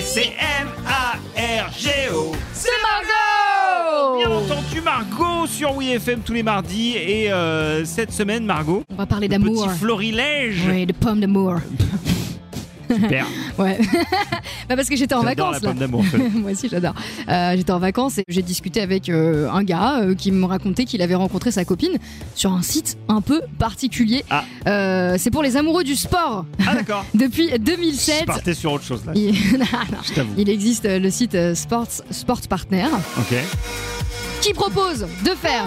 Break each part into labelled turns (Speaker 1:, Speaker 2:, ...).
Speaker 1: C'est M-A-R-G-O.
Speaker 2: C'est Margot
Speaker 1: Bien entendu, Margot sur WeFM tous les mardis. Et euh, cette semaine, Margot,
Speaker 2: On va parler d'amour.
Speaker 1: petit florilège.
Speaker 2: Oui, de pommes d'amour.
Speaker 1: Super.
Speaker 2: Ouais. bah parce que j'étais en
Speaker 1: J'adore
Speaker 2: vacances
Speaker 1: la
Speaker 2: là.
Speaker 1: pomme d'amour.
Speaker 2: Moi aussi j'adore. Euh, j'étais en vacances et j'ai discuté avec euh, un gars euh, qui me racontait qu'il avait rencontré sa copine sur un site un peu particulier.
Speaker 1: Ah.
Speaker 2: Euh, c'est pour les amoureux du sport
Speaker 1: Ah, d'accord.
Speaker 2: depuis
Speaker 1: Je
Speaker 2: 2007.
Speaker 1: partais sur autre chose là,
Speaker 2: Il... Non, non.
Speaker 1: je t'avoue.
Speaker 2: Il Euh, existe euh, le site euh, Sports Sport Partner
Speaker 1: Ok.
Speaker 2: qui propose de faire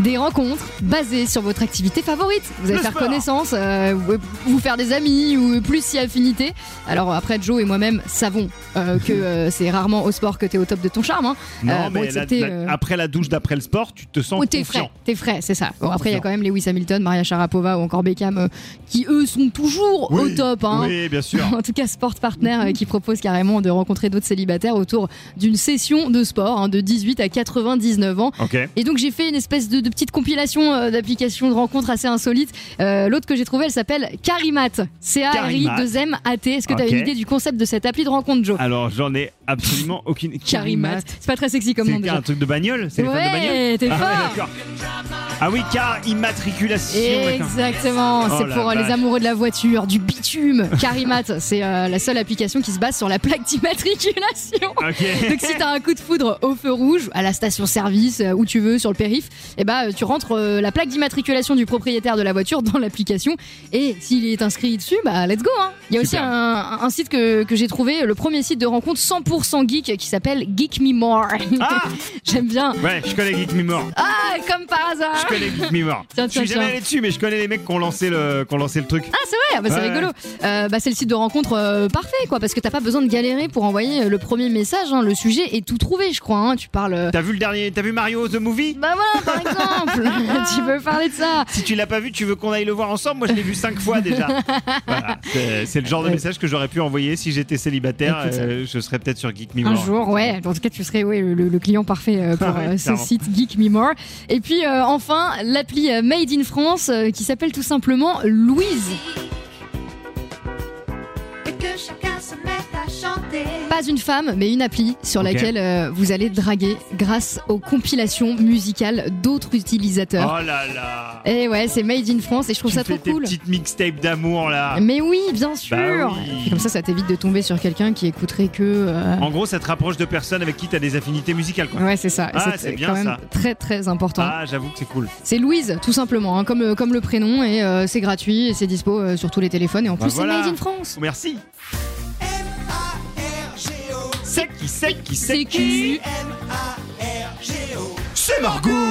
Speaker 2: des rencontres basées sur votre activité favorite. Vous allez
Speaker 1: Le
Speaker 2: faire
Speaker 1: sport.
Speaker 2: connaissance, euh, ou- vous faire des amis ou plus si affinité. Alors après, Joe et moi-même savons euh, que euh, c'est rarement au sport que t'es au top de ton charme. Hein.
Speaker 1: Non,
Speaker 2: Euh, bon,
Speaker 1: mais la-
Speaker 2: c'était,
Speaker 1: la-
Speaker 2: euh,
Speaker 1: après la douche, d'après le sport, tu te sens
Speaker 2: Oh, t'es
Speaker 1: confiant.
Speaker 2: frais, t'es frais, c'est ça. Bon, après, il y a
Speaker 1: Confiant.
Speaker 2: quand même Lewis Hamilton, Maria Sharapova ou encore Beckham euh, qui, eux, sont toujours au
Speaker 1: Oui,
Speaker 2: top. Hein.
Speaker 1: Oui, bien sûr.
Speaker 2: En tout cas, Sport Partner euh, qui propose carrément de rencontrer d'autres célibataires autour d'une session de sport hein, de 18 à 99 ans.
Speaker 1: Ok.
Speaker 2: Et donc j'ai fait une espèce de, de petite compilation euh, d'applications de rencontres assez insolites. Euh, L'autre que j'ai trouvée, elle s'appelle Carimat. C-A-R-I-2-M-A-T. Est-ce que tu
Speaker 1: Ok. Ah,
Speaker 2: une idée du concept de cette appli de rencontre, Joe
Speaker 1: Alors, j'en ai absolument aucune.
Speaker 2: Carimat. C'est pas très sexy comme nom
Speaker 1: C'est
Speaker 2: déjà.
Speaker 1: un truc de bagnole C'est les fans de bagnole
Speaker 2: Ouais, t'es
Speaker 1: Ah,
Speaker 2: fort
Speaker 1: d'accord. Ah oui, car immatriculation. d'accord.
Speaker 2: Exactement,
Speaker 1: Oh
Speaker 2: c'est
Speaker 1: la
Speaker 2: pour euh, les
Speaker 1: vache.
Speaker 2: amoureux de la voiture, du bitume. Carimat, c'est euh, la seule application qui se base sur la plaque d'immatriculation.
Speaker 1: Ok.
Speaker 2: Donc si t'as un coup de foudre au feu rouge, à la station-service, euh, où tu veux, sur le périph, eh ben, euh, tu rentres euh, la plaque d'immatriculation du propriétaire de la voiture dans l'application. Et s'il est inscrit dessus, bah let's go. hein. Il y a
Speaker 1: Super.
Speaker 2: aussi un, un site que, que j'ai trouvé, le premier site de rencontre 100% geek qui s'appelle Geek Me More.
Speaker 1: Ah
Speaker 2: J'aime bien.
Speaker 1: Ouais, je connais Geek Me More.
Speaker 2: Ah, comme par
Speaker 1: Je
Speaker 2: hasard.
Speaker 1: connais Geek Me More.
Speaker 2: Tiens,
Speaker 1: je suis
Speaker 2: tiens,
Speaker 1: jamais
Speaker 2: tiens.
Speaker 1: allé dessus, mais je connais les mecs qui ont lancé le, qui ont lancé le truc.
Speaker 2: Ah c'est vrai, bah, c'est
Speaker 1: Ouais.
Speaker 2: rigolo. Euh, bah, c'est le site de rencontre euh, parfait quoi, parce que t'as pas besoin de galérer pour envoyer euh, le premier message. hein. Le sujet est tout trouvé, je crois. hein. Tu parles. euh,
Speaker 1: T'as vu le dernier T'as vu Mario the Movie
Speaker 2: Bah voilà, par exemple. tu veux parler de ça
Speaker 1: Si tu l'as pas vu, tu veux qu'on aille le voir ensemble Moi, je l'ai vu cinq fois déjà. Voilà, c'est c'est le genre de message que j'aurais pu envoyer si j'étais célibataire.
Speaker 2: Écoute,
Speaker 1: euh, je serais peut-être sur Geek Me More.
Speaker 2: Un jour, ouais. En tout cas, tu serais ouais, le, le client parfait euh, pour
Speaker 1: Ah ouais,
Speaker 2: euh, ce
Speaker 1: clairement.
Speaker 2: site Geek Me More. Et puis, euh, enfin, l'appli euh, Made in France euh, qui s'appelle tout simplement Louise.
Speaker 3: Et que chacun se mette à chanter.
Speaker 2: Pas une femme, mais une appli sur
Speaker 1: Ok.
Speaker 2: laquelle euh, vous allez draguer grâce aux compilations musicales d'autres utilisateurs.
Speaker 1: Oh là là
Speaker 2: Et ouais, c'est Made in France et je trouve
Speaker 1: Tu
Speaker 2: ça trop
Speaker 1: fais tes
Speaker 2: cool.
Speaker 1: petites mixtapes d'amour là.
Speaker 2: Mais oui, bien sûr.
Speaker 1: oui.
Speaker 2: Et Comme ça, ça t'évite de tomber sur quelqu'un qui écouterait que. euh,
Speaker 1: En gros, ça te rapproche de personnes avec qui t'as des affinités musicales quoi.
Speaker 2: Ouais, c'est ça.
Speaker 1: Ah,
Speaker 2: c'est
Speaker 1: c'est
Speaker 2: quand
Speaker 1: bien,
Speaker 2: même
Speaker 1: ça.
Speaker 2: très très important.
Speaker 1: Ah, j'avoue que c'est cool.
Speaker 2: C'est Louise, tout simplement, hein, comme, le, comme le prénom, et euh, c'est gratuit, et c'est dispo euh, sur tous les téléphones, et en
Speaker 1: Bah
Speaker 2: plus
Speaker 1: voilà.
Speaker 2: c'est Made in France.
Speaker 1: Merci. C'est qui, c'est qui,
Speaker 2: C'est qui
Speaker 1: C'est Margot